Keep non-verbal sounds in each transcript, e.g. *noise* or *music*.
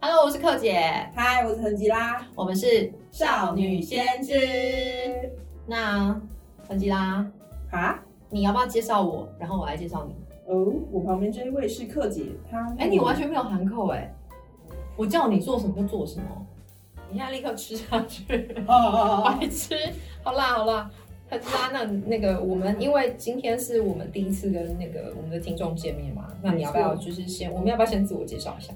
Hello，我是寇姐，嗨，我是陈吉拉，我们是少女先知。那陈吉拉，哈，你要不要介绍我，然后我来介绍你？啊哦，我旁边这一位是克姐，她哎、你完全没有含扣哎、我叫你做什么就做什么，你现在立刻吃下去，哦哦哦 *laughs* 白痴！好啦好啦，陈吉拉，那那个我们因为今天是我们第一次跟那个我们的听众见面嘛，那你要不要没就是先我们要不要先自我介绍一下？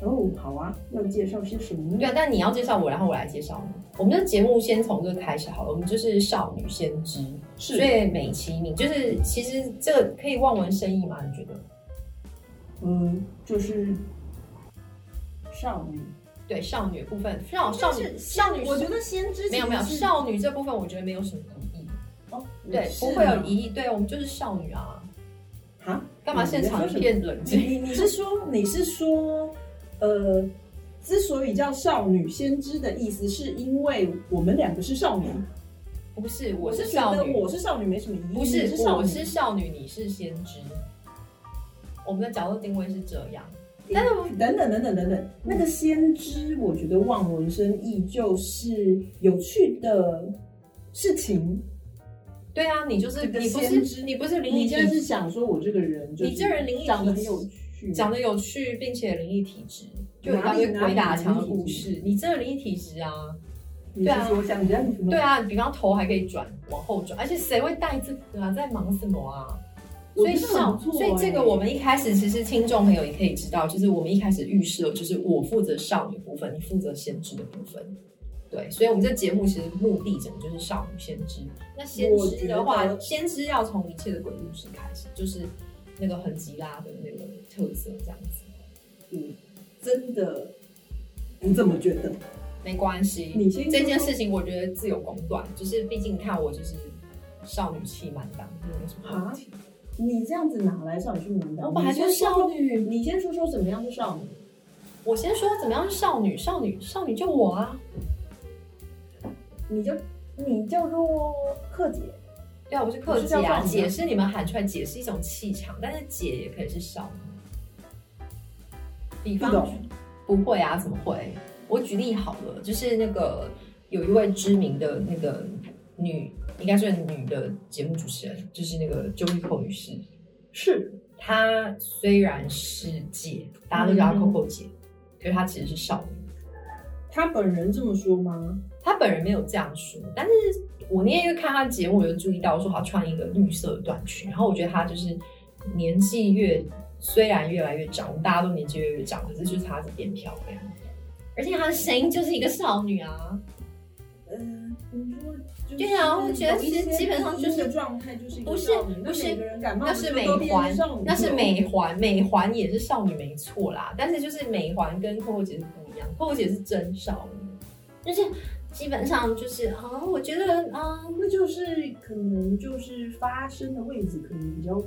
哦，哦，好啊，要介绍些什么对呢？啊，但你要介绍我，然后我来介绍你。我们的节目先从这个开始好了，我们就是少女先知，所是，以美其名就是，其实这个可以望文生义吗？你觉得？嗯，就是少女，对少女部分，少少女少女，我觉得先知没有没有其实是少女这部分，我觉得没有什么疑义，哦，对，是不吗会有疑义。对我们就是少女啊，哈，干嘛现场嗯你在说什么一片冷你静？你你是说你是说，呃，之所以叫少女先知的意思，是因为我们两个是少女， *laughs* 不是，我就是觉少得女，我是少女没什么疑义，不你是是少我女，是少女，你是先知。我们的角度定位是这样，嗯但是我等等等等等等，那个先知，我觉得望文生义就是有趣的事情。对啊，你就是这个你不先知是你不是灵异你体现在是想说我这个人就是，你这人灵异长得体很质有趣，讲的有趣，并且灵异体质，就有一嗯哪大里堆鬼打墙的哪里故事。你真的灵异体质啊？你对是啊说像这样子吗？对啊，比方头还可以转往后转，而且谁会带这个啊？在忙什么啊？我所以觉得上，很不错所以这个欸我们一开始其实听众朋友也可以知道，就是我们一开始预设就是我负责少女部分，你负责先知的部分。对，所以我们这节目其实目的整个就是少女先知。那先我知觉的话，得先知要从一切的鬼故事开始，就是那个很吉拉的那个特色这样子。真的不这么觉得。没关系，你先这件事情我觉得自有公断，就是毕竟你看我就是少女气满当，没有什啊么问题。你这样子哪来少女去门我本来就是少女，你先说说怎么样是少女？我先说怎么样是少女，少女少女就我啊，你就你叫做克姐，对啊，我是克我是姐叫啊，少女啊姐是你们喊出来，姐是一种气场，但是姐也可以是少女。比不方懂不会啊，怎么会？我举例好了，就是那个有一位知名的那个女，应该算女的节目主持人，就是那个 Joey 女士。是她虽然是姐，大家都叫她 Coco 姐，可是她其实是少女。她本人这么说吗？她本人没有这样说，但是我那天因为看她的节目，我就注意到说她穿一个绿色的短裙，然后我觉得她就是年纪越虽然越来越长，我们大家都年纪越来越长，可是就是她是变漂亮，而且她的声音就是一个少女啊。嗯，你说就是对啊我觉得有一些其实基本上就是低音的状态就是一个不是少女不是那每个人感冒那是不美都变环少女，那是美环，美环也是少女没错啦。但是就是美环跟 Coco 姐是不一样，Coco 姐是真少女，就是基本上就是啊，我觉得啊那就是可能就是发声的位置可能比较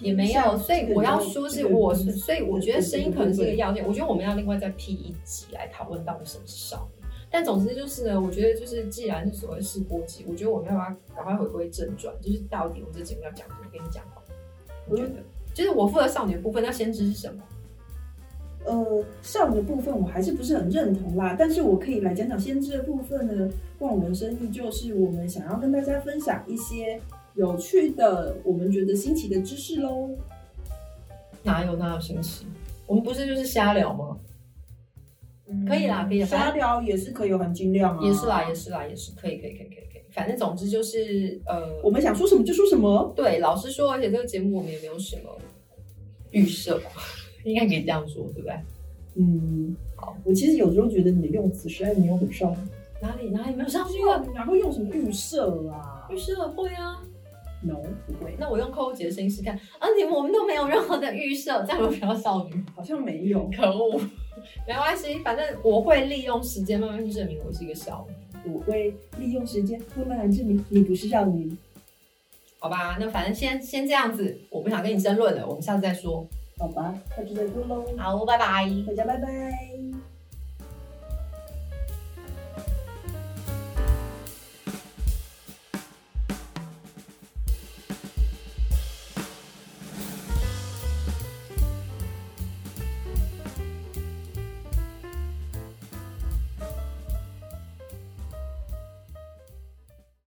也没有，所以我要说是我是，所以我觉得声音可能是一个要件。我觉得我们要另外再 P 一集来讨论到底什么是少女。但总之就是呢，我觉得就是既然是所谓试播集，我觉得我们要把它赶快回归正传，就是到底我这节目要讲什么，跟你讲好。我觉得就是我负责少女的部分，那先知是什么？呃少女的部分我还是不是很认同啦，但是我可以来讲讲先知的部分呢。望文生义就是我们想要跟大家分享一些有趣的，我们觉得新奇的知识喽。哪有哪有新奇？我们不是就是瞎聊吗？可以啦可以啦瞎聊嗯也是可以有含金量啊，也是啦，也是。是啦，也是可以，可以，可以，可以，可以。反正总之就是呃，我们想说什么就说什么，对，老实说，而且这个节目我们也没有什么预设， *laughs* 应该可以这样说，对不对？嗯，好。我其实有时候觉得你的用词实在没有很少女，哪里哪里没有上去啊？你哪会用什么预设啊预设会啊， ？No，不会，那我用扣姐的声音试看啊，你们我们都没有任何的预设，这样有比较少女，好像没有。可恶， *laughs* 没关系，反正我会利用时间慢慢去证明我是一个少女，我会利用时间慢慢来证明你不是少女。好吧？那反正先先这样子，我不想跟你争论了，我们下次再说，好吧，那就再见喽，好，拜拜。大家拜拜。